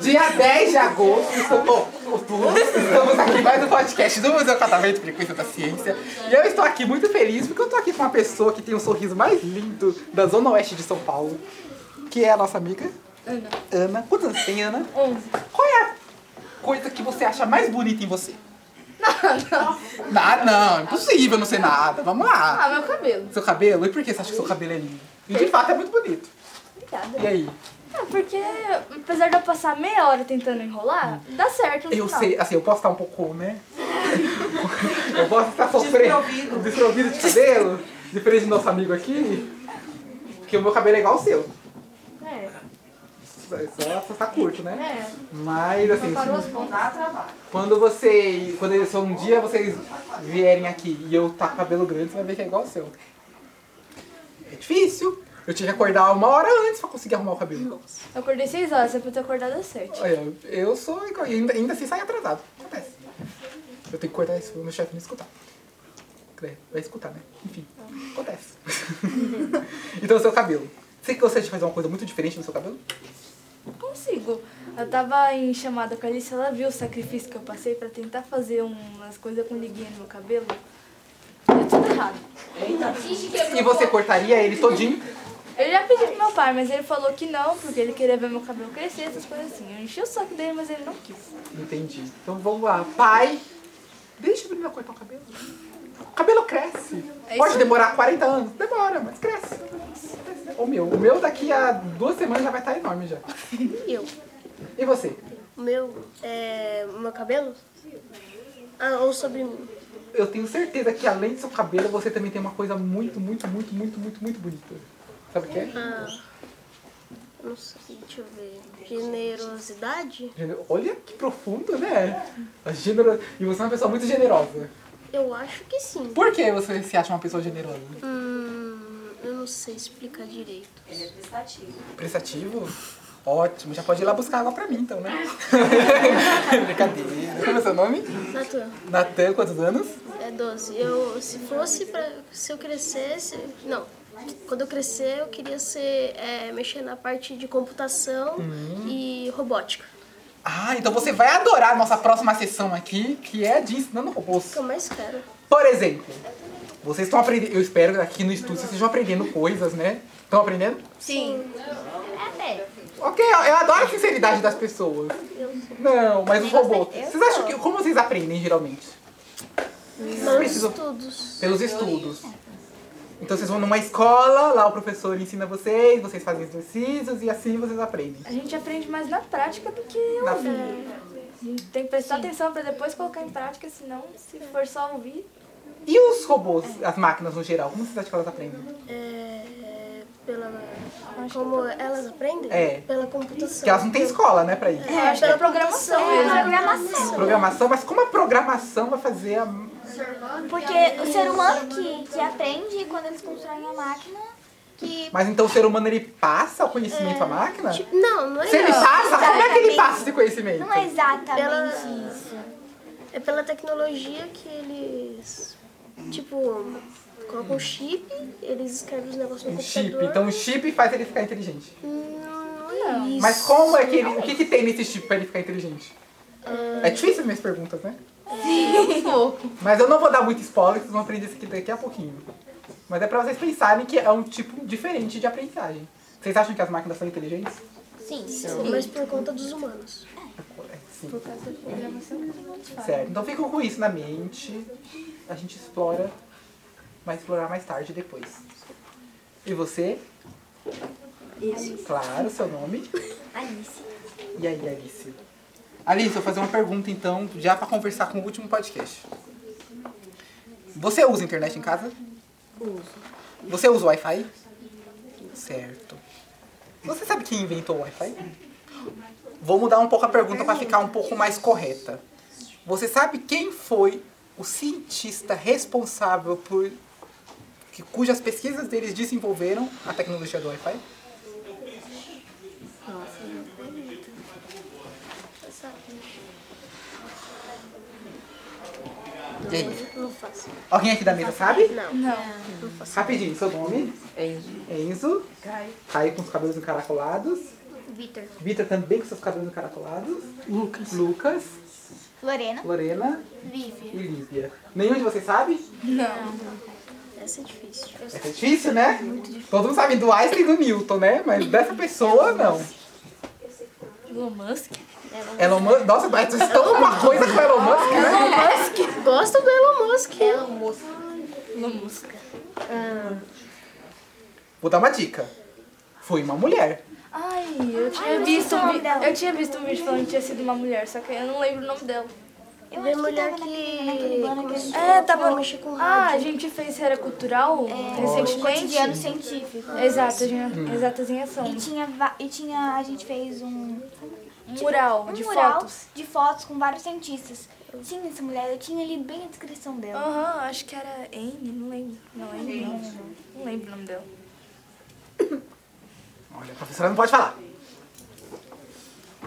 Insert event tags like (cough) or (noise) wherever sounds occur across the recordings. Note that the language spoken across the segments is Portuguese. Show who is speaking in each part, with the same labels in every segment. Speaker 1: Dia 10 de agosto, estou- oh, outubro, estamos aqui em mais um podcast do Museu Catavento Frequência da Ciência. E eu estou aqui muito feliz porque eu estou aqui com uma pessoa que tem o sorriso mais lindo da Zona Oeste de São Paulo, que é a nossa amiga
Speaker 2: Ana.
Speaker 1: Ana. Quantos anos você tem, Ana?
Speaker 2: 11.
Speaker 1: Qual é a coisa que você acha mais bonita em você? Nada, não, impossível não ser nada. Vamos lá.
Speaker 2: Ah, meu cabelo.
Speaker 1: Seu cabelo? E por que você acha que seu cabelo é lindo? E de fato é muito bonito.
Speaker 2: Obrigada.
Speaker 1: E aí?
Speaker 2: É, porque apesar de eu passar meia hora tentando enrolar, dá certo no
Speaker 1: Eu
Speaker 2: final.
Speaker 1: sei, assim, eu posso estar um pouco, né? eu posso estar sofrendo. Desprovido. de cabelo, diferente do nosso amigo aqui. Porque o meu cabelo é igual ao seu.
Speaker 2: É,
Speaker 1: Só, só tá curto, né?
Speaker 2: é.
Speaker 1: Mas assim,
Speaker 3: Dá trabalho.
Speaker 1: quando vocês. Quando eles- se um dia vocês vierem aqui e eu tá com cabelo grande, você vai ver que é igual ao seu. É difícil. Eu tinha que acordar uma hora antes pra conseguir arrumar o cabelo.
Speaker 2: Eu acordei 6 horas, é pra eu ter acordado às 7.
Speaker 1: Olha, eu sou. igual- e Ainda, ainda assim sai atrasado. Acontece. Eu tenho que cortar isso pro meu chefe não escutar. Credo, Vai escutar, né? Enfim, acontece. (laughs) então, seu cabelo. Você gostaria de fazer uma coisa muito diferente no seu cabelo?
Speaker 2: Consigo. Eu tava em chamada com a Alice, ela viu o sacrifício que eu passei pra tentar fazer umas coisas com liguinha no meu cabelo. Deu tudo errado.
Speaker 1: E você cortaria ele todinho?
Speaker 2: Eu já pedi pro meu pai, mas ele falou que não, porque ele queria ver meu cabelo crescer, essas coisas assim. Eu enchi o saco dele, mas ele não quis.
Speaker 1: Entendi. Então vamos lá. Pai, deixa o menino cortar o cabelo. O cabelo cresce.
Speaker 2: É isso
Speaker 1: Pode
Speaker 2: aí.
Speaker 1: demorar 40 anos? Demora, mas cresce. Cresce. O meu. O meu daqui a duas semanas já vai estar enorme já.
Speaker 4: E eu?
Speaker 1: E você?
Speaker 4: O meu, é, o meu cabelo? Ah, ou sobre mim.
Speaker 1: Eu tenho certeza que além do seu cabelo, você também tem uma coisa muito, muito, muito, muito, muito, muito bonita. Sabe o que é?
Speaker 4: Ah, eu não sei, deixa eu ver. Generosidade?
Speaker 1: Gene- Olha que profundo, né? A genero... E você é uma pessoa muito generosa.
Speaker 4: Eu acho que sim.
Speaker 1: Por que você se acha uma pessoa generosa?
Speaker 4: Hum, eu não sei explicar direito.
Speaker 3: Ele é prestativo.
Speaker 1: Prestativo? Ótimo, já pode ir lá buscar água pra mim então, né? (laughs) Brincadeira. Como é seu nome?
Speaker 4: Natan,
Speaker 1: Natan, quantos anos?
Speaker 4: é 12. Eu, se fosse pra. Se eu crescesse. Não. Quando eu crescer, eu queria ser. é, mexer na parte de computação e robótica.
Speaker 1: Ah, então você vai adorar a nossa próxima sessão aqui, que é de ensinando robôs.
Speaker 4: O que eu mais quero.
Speaker 1: Por exemplo, vocês estão aprendendo. Eu espero que aqui no estúdio vocês estejam aprendendo coisas, né? Estão aprendendo?
Speaker 4: Sim.
Speaker 1: Ok, eu, eu adoro a sinceridade das pessoas. Não, mas os robôs. Vocês acham que. Como vocês aprendem geralmente?
Speaker 4: Pelos
Speaker 1: precisam-
Speaker 4: estudos.
Speaker 1: Pelos estudos. Então vocês vão numa escola, lá o professor ensina vocês, vocês fazem exercícios e assim vocês aprendem.
Speaker 2: A gente aprende mais na prática do que eu
Speaker 1: Na-
Speaker 2: Tem que prestar atenção pra depois colocar em prática, senão se for só ouvir.
Speaker 1: E os robôs, as máquinas no geral, como vocês acham que elas aprendem?
Speaker 4: É, pela como elas aprendem?
Speaker 1: É.
Speaker 4: Pela computação.
Speaker 1: Porque elas não têm escola, né, pra ir.
Speaker 4: É,
Speaker 2: acho que é
Speaker 4: pela
Speaker 2: programação
Speaker 4: computação.
Speaker 5: É,
Speaker 2: mesmo.
Speaker 1: Programação, mas como a programação vai fazer a.
Speaker 5: Porque o ser humano que, que aprende quando eles constroem a máquina, que
Speaker 1: Mas então o ser humano ele passa o conhecimento à máquina?
Speaker 4: Tipo, Não, não é
Speaker 1: Se ele
Speaker 4: isso.
Speaker 1: passa, como é que ele
Speaker 5: exatamente.
Speaker 1: passa esse conhecimento?
Speaker 5: não é exatamente
Speaker 4: Ela-
Speaker 5: isso.
Speaker 4: É pela tecnologia que eles, tipo, colocam um chip, eles escrevem os negócios no
Speaker 1: Um chip.
Speaker 4: computador.
Speaker 1: Então o chip faz ele ficar inteligente.
Speaker 4: Não, não é isso.
Speaker 1: Mas como é que ele. O que, que tem nesse chip pra ele ficar inteligente? É difícil as minhas perguntas, né?
Speaker 2: Um pouco.
Speaker 1: Mas eu não vou dar muito spoiler, vocês vão aprender isso aqui daqui a pouquinho. Mas é pra vocês pensarem que é um tipo diferente de aprendizagem. Vocês acham que as máquinas são inteligentes?
Speaker 5: Sim.
Speaker 4: Mas por conta dos humanos.
Speaker 1: É, Sim. Certo. Então ficam com isso na mente. A gente explora. Vai explorar mais tarde depois. E você? Isso. Claro, seu nome.
Speaker 5: Alice.
Speaker 1: E aí, Alice? Alice, eu vou fazer uma pergunta então, já pra conversar com o último podcast. Você usa internet em casa? Uso. Você usa o Wi-Fi? Certo. Você sabe quem inventou o Wi-Fi? Vou mudar um pouco a pergunta pra ficar um pouco mais correta. Você sabe quem foi o cientista responsável por que, cujas pesquisas deles desenvolveram a tecnologia do Wi-Fi? E aí?
Speaker 4: Não faço.
Speaker 1: Alguém aqui da mesa sabe?
Speaker 4: Não.
Speaker 2: Não.
Speaker 4: Não faço.
Speaker 1: Rapidinho, seu nome?
Speaker 6: Entendi.
Speaker 1: Enzo.
Speaker 6: Cai.
Speaker 1: Caio com os cabelos encaracolados.
Speaker 5: Vitor.
Speaker 1: Vita também com seus cabelos encaracolados. Lucas. Lucas.
Speaker 5: Lorena.
Speaker 1: Lorena e
Speaker 5: Lívia.
Speaker 1: Lívia. Nenhum de vocês sabe?
Speaker 4: Essa é difícil.
Speaker 1: É difícil, né? Todo mundo sabe do Einstein e do Newton, né? Mas dessa pessoa, não.
Speaker 2: Elon Musk?
Speaker 1: Elon Musk... Nossa, mas vocês estão uma coisa com o Elon Musk, né?
Speaker 4: Gosto do Elon Musk.
Speaker 2: Elon Musk.
Speaker 1: Vou dar uma dica. Foi uma mulher.
Speaker 2: Ai, eu tinha,
Speaker 5: eu não sei
Speaker 2: visto
Speaker 5: o
Speaker 2: um
Speaker 5: nome
Speaker 2: vi-
Speaker 5: dela.
Speaker 2: eu tinha visto um vídeo falando que tinha sido uma mulher, só que eu não lembro o nome dela.
Speaker 5: Eu
Speaker 4: Tem
Speaker 5: acho que tá
Speaker 4: mulher
Speaker 5: tava
Speaker 4: que-
Speaker 5: naquele, naquele bando que a gente...
Speaker 2: É, tava.
Speaker 4: Vou mexer com
Speaker 2: Ah, a
Speaker 4: rádio.
Speaker 2: gente fez Era Cultural recentemente.
Speaker 5: Cotidiano científico. Um
Speaker 2: Exato, a gente- exatas em ação.
Speaker 5: E tinha, va- e tinha... A gente fez um...
Speaker 2: mural
Speaker 5: um
Speaker 2: de
Speaker 5: mural
Speaker 2: fotos.
Speaker 5: de fotos com vários cientistas. Tinha essa mulher, eu tinha ali bem a descrição dela.
Speaker 2: Aham, acho que era Amy, não lembro. Não, Amy não. Não lembro o nome dela.
Speaker 1: Olha, a professora não pode falar.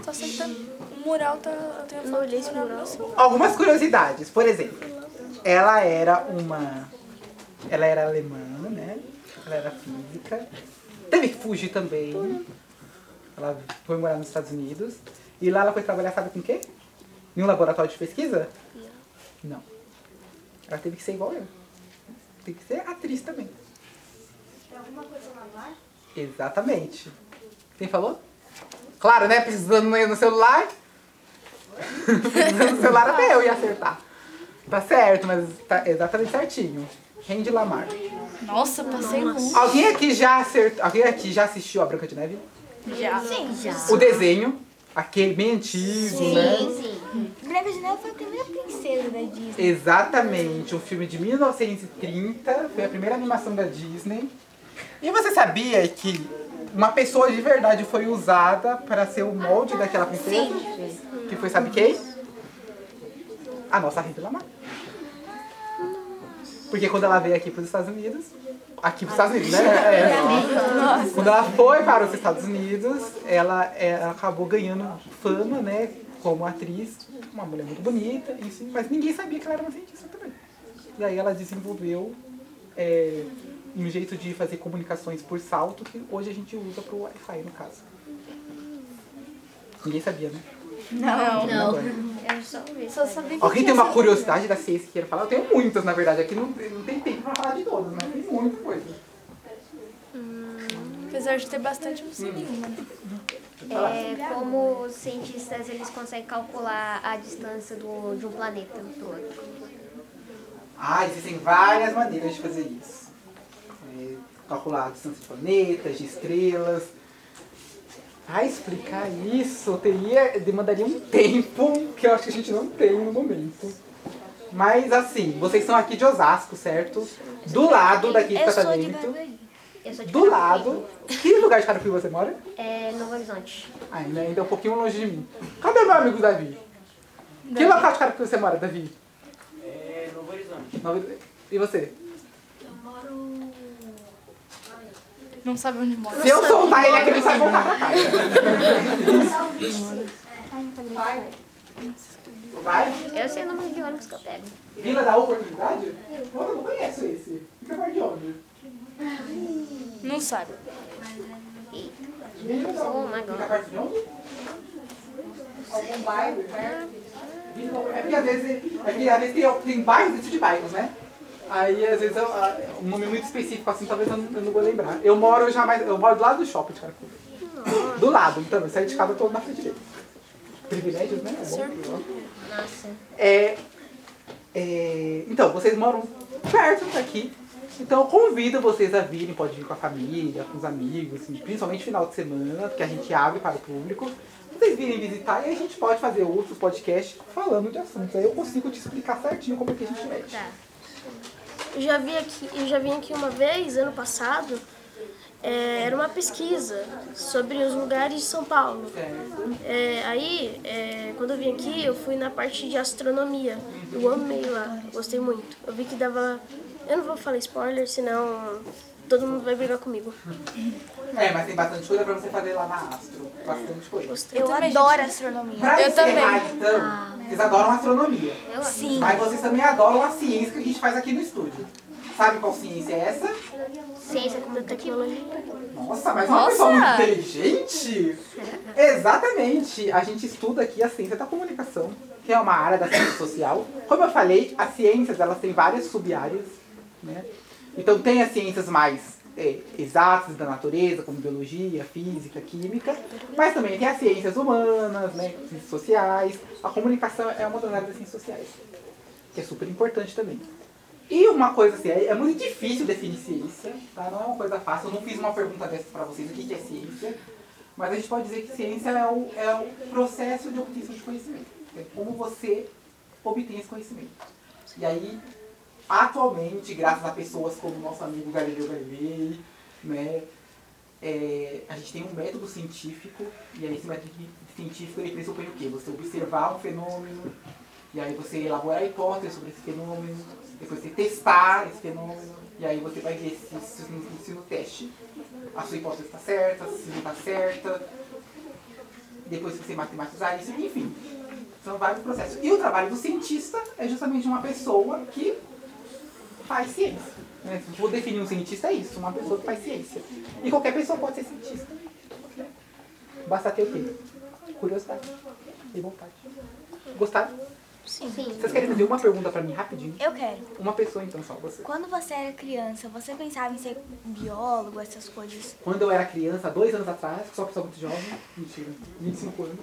Speaker 2: Só sei que tá- o mural tá. Eu tenho a
Speaker 4: Não
Speaker 2: foto
Speaker 4: olhei
Speaker 2: do
Speaker 4: esse
Speaker 2: mural.
Speaker 4: mural.
Speaker 2: Nossa,
Speaker 1: Algumas curiosidades. Por exemplo, ela era uma... Ela era alemã, né? Ela era física. Teve que fugir também. Ela foi morar nos Estados Unidos. E lá ela foi trabalhar, sabe com o quê? Em um laboratório de pesquisa? Não. Ela teve que ser igual eu. Tem que ser atriz também. Tem alguma coisa no Exatamente. Quem falou? Claro, né? Precisando no no celular. no celular até eu ia acertar. Tá certo, mas tá exatamente certinho. Rende Lamar.
Speaker 2: Nossa, passei longe.
Speaker 1: Alguém aqui já acertou. Alguém aqui já assistiu a Branca de Neve?
Speaker 2: Já.
Speaker 5: Sim, já.
Speaker 1: O desenho. Aquele bem antigo, né?
Speaker 5: Branca de Neve foi a primeira princesa da Disney.
Speaker 1: Exatamente, um filme de 1930, foi a primeira animação da Disney. E você sabia que uma pessoa de verdade foi usada para ser o molde daquela princesa? Que foi, sabe quem? A nossa Rita Lamar. Porque quando ela veio aqui para os Estados Unidos, aqui para os Estados Unidos, né? É. (laughs) Quando ela foi para os Estados Unidos, ela, é, ela acabou ganhando fama, né? Como atriz, uma mulher muito bonita, enfim, mas ninguém sabia que ela era uma cientista também. E aí ela desenvolveu é, um jeito de fazer comunicações por salto que hoje a gente usa para o Wi-Fi, no caso. Ninguém sabia, né?
Speaker 2: Não.
Speaker 1: Agora.
Speaker 2: Só sabia que
Speaker 1: Alguém tem
Speaker 2: tinha
Speaker 1: uma
Speaker 2: essa-
Speaker 1: curiosidade da ciência que queira falar? Eu tenho muitas, na verdade. Aqui não, não tem tempo pra falar de todas, mas tem muita coisa.
Speaker 2: Apesar de ter bastante, eu não sei nenhuma, né?
Speaker 7: É como os cientistas eles conseguem calcular a distância do, de um planeta do outro.
Speaker 1: Ah, existem várias maneiras de fazer isso. É, calcular a distância de planetas, de estrelas. Ah, explicar isso teria, demandaria um tempo que eu acho que a gente não tem no momento. Mas assim, vocês são aqui de Osasco, certo? Do lado daqui de
Speaker 5: Eu sou de
Speaker 1: tratamento.
Speaker 5: Barbaria.
Speaker 7: Eu sou de
Speaker 1: então? Do lado. Que lugar de Carapicuíba você mora?
Speaker 7: É Novo Horizonte.
Speaker 1: Ainda, ainda é um pouquinho longe de mim. Cadê meu amigo Davi? Que local de Carapicuíba você mora, Davi? É Novo Horizonte. E você?
Speaker 2: Não sabe onde mora.
Speaker 1: Se eu soltar ele aqui, ele vai voltar pra casa. Vai?
Speaker 7: Eu sei o número de ônibus que eu pego.
Speaker 1: Vila da Oportunidade? Mano, eu não conheço esse. Fica perto de onde?
Speaker 2: Não sabe.
Speaker 1: Vila da
Speaker 7: Oh my
Speaker 1: Fica
Speaker 7: god.
Speaker 1: perto de onde? Algum bairro perto? Vila- É porque às vezes, é porque, às vezes tem, tem bairros dentro de bairros, né? Aí às vezes eu, ah, um nome muito específico assim, talvez eu não, eu não vou lembrar. Eu moro já mais. Eu moro do lado do shopping, cara. Do lado, então, eu saí de casa todo na frente dele. Privilégios, né? É bom.
Speaker 7: Nossa.
Speaker 1: É, é, então, vocês moram perto daqui. Então eu convido vocês a virem, pode vir com a família, com os amigos, assim, principalmente final de semana, que a gente abre para o público. Vocês virem visitar e a gente pode fazer outros podcasts falando de assuntos. Aí eu consigo te explicar certinho como é que a gente mexe.
Speaker 7: Tá.
Speaker 4: Eu já vi aqui, eu já vim aqui uma vez, ano passado, é, era uma pesquisa sobre os lugares de São Paulo. É, aí, é, quando eu vim aqui, eu fui na parte de astronomia. Eu amei lá, eu gostei muito. Eu vi que dava. Eu não vou falar spoiler, senão todo mundo vai brigar comigo.
Speaker 1: É, mas tem bastante coisa para você fazer lá na Astro. Bastante coisa.
Speaker 5: Eu
Speaker 2: também,
Speaker 5: adoro astronomia.
Speaker 1: Pra
Speaker 2: Eu
Speaker 1: encerrar,
Speaker 2: também.
Speaker 1: então, Vocês adoram astronomia.
Speaker 7: Eu acho.
Speaker 5: Sim.
Speaker 1: Mas vocês também adoram a ciência que a gente faz aqui no estúdio. Sabe qual ciência é essa?
Speaker 7: Ciência com tecnologia.
Speaker 1: Nossa, mas uma
Speaker 2: Nossa!
Speaker 1: pessoa muito inteligente! Exatamente! A gente estuda aqui a ciência da comunicação, que é uma área da ciência social. Como eu falei, as ciências elas têm várias sub-áreas. Né? Então tem as ciências mais é, exatas da natureza, como biologia, física, química, mas também tem as ciências humanas, né? ciências sociais. A comunicação é uma das áreas das ciências sociais, que é super importante também. E uma coisa assim, é é muito difícil definir ciência, tá? Não é uma coisa fácil. Eu não fiz uma pergunta dessas pra vocês, o que que é ciência? Mas a gente pode dizer que ciência é o, é o processo de obtenção de conhecimento. É como você obtém esse conhecimento. E aí, atualmente, graças a pessoas como o nosso amigo Galileu Galilei, né? é, a gente tem um método científico, e aí esse método científico ele pressupõe o quê? Você observar um fenômeno, e aí você elaborar hipóteses sobre esse fenômeno, depois você testar esse fenômeno, e aí você vai ver se, se, no- se no teste a sua hipótese está certa, se não está certa. Depois você matematizar isso, enfim. São vários processos. E o trabalho do cientista é justamente uma pessoa que faz ciência. né? Se vou definir um cientista, é isso, uma pessoa que faz ciência. E qualquer pessoa pode ser cientista. né? Basta ter o quê? Curiosidade e vontade. Gostaram?
Speaker 7: Sim.
Speaker 1: Vocês querem fazer uma pergunta pra mim rapidinho?
Speaker 5: Eu quero.
Speaker 1: Uma pessoa então só, você.
Speaker 5: Quando você era criança, você pensava em ser biólogo, essas coisas?
Speaker 1: Quando eu era criança, dois anos atrás, sou uma pessoa muito jovem, mentira, 25 anos.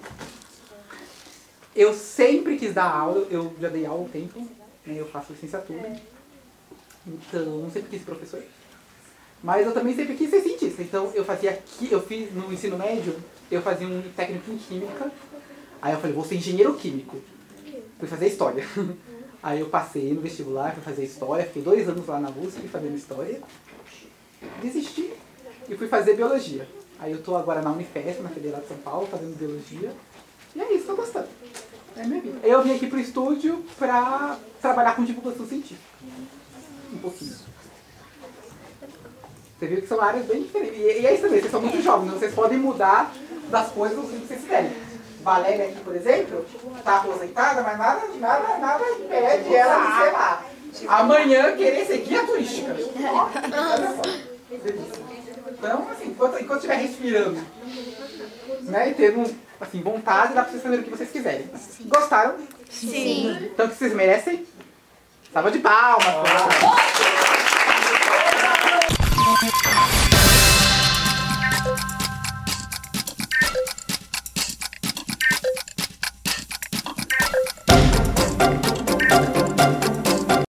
Speaker 1: Eu sempre quis dar aula, eu já dei aula há um tempo, né, eu faço licenciatura. Então, sempre quis ser professor. Mas eu também sempre quis ser cientista. Então, eu fazia aqui, eu fiz no ensino médio, eu fazia um técnico em química. Aí eu falei, vou ser engenheiro químico. Fui fazer história. (laughs) Aí eu passei no vestibular, fui fazer história, fiquei dois anos lá na USP fazendo história. Desisti e fui fazer biologia. Aí eu tô agora na Unifesp, na Federal de São Paulo, fazendo biologia. E é isso, tô gostando. É a minha vida. Eu vim aqui pro estúdio pra trabalhar com divulgação científica. Um pouquinho. Você viu que são áreas bem diferentes. E e é isso também, vocês são muito jovens, então vocês podem mudar das coisas do que vocês quiserem. Valéria aqui, por exemplo, tá aposentada, mas nada, nada, nada impede ela de, sei lá, amanhã querer seguir a turística. Olha só. Então, assim, enquanto, enquanto estiver respirando, né, e tendo, assim, vontade, dá pra vocês fazerem o que vocês quiserem. Gostaram?
Speaker 7: Sim.
Speaker 1: Então, o que vocês merecem? Salva de palmas! pessoal.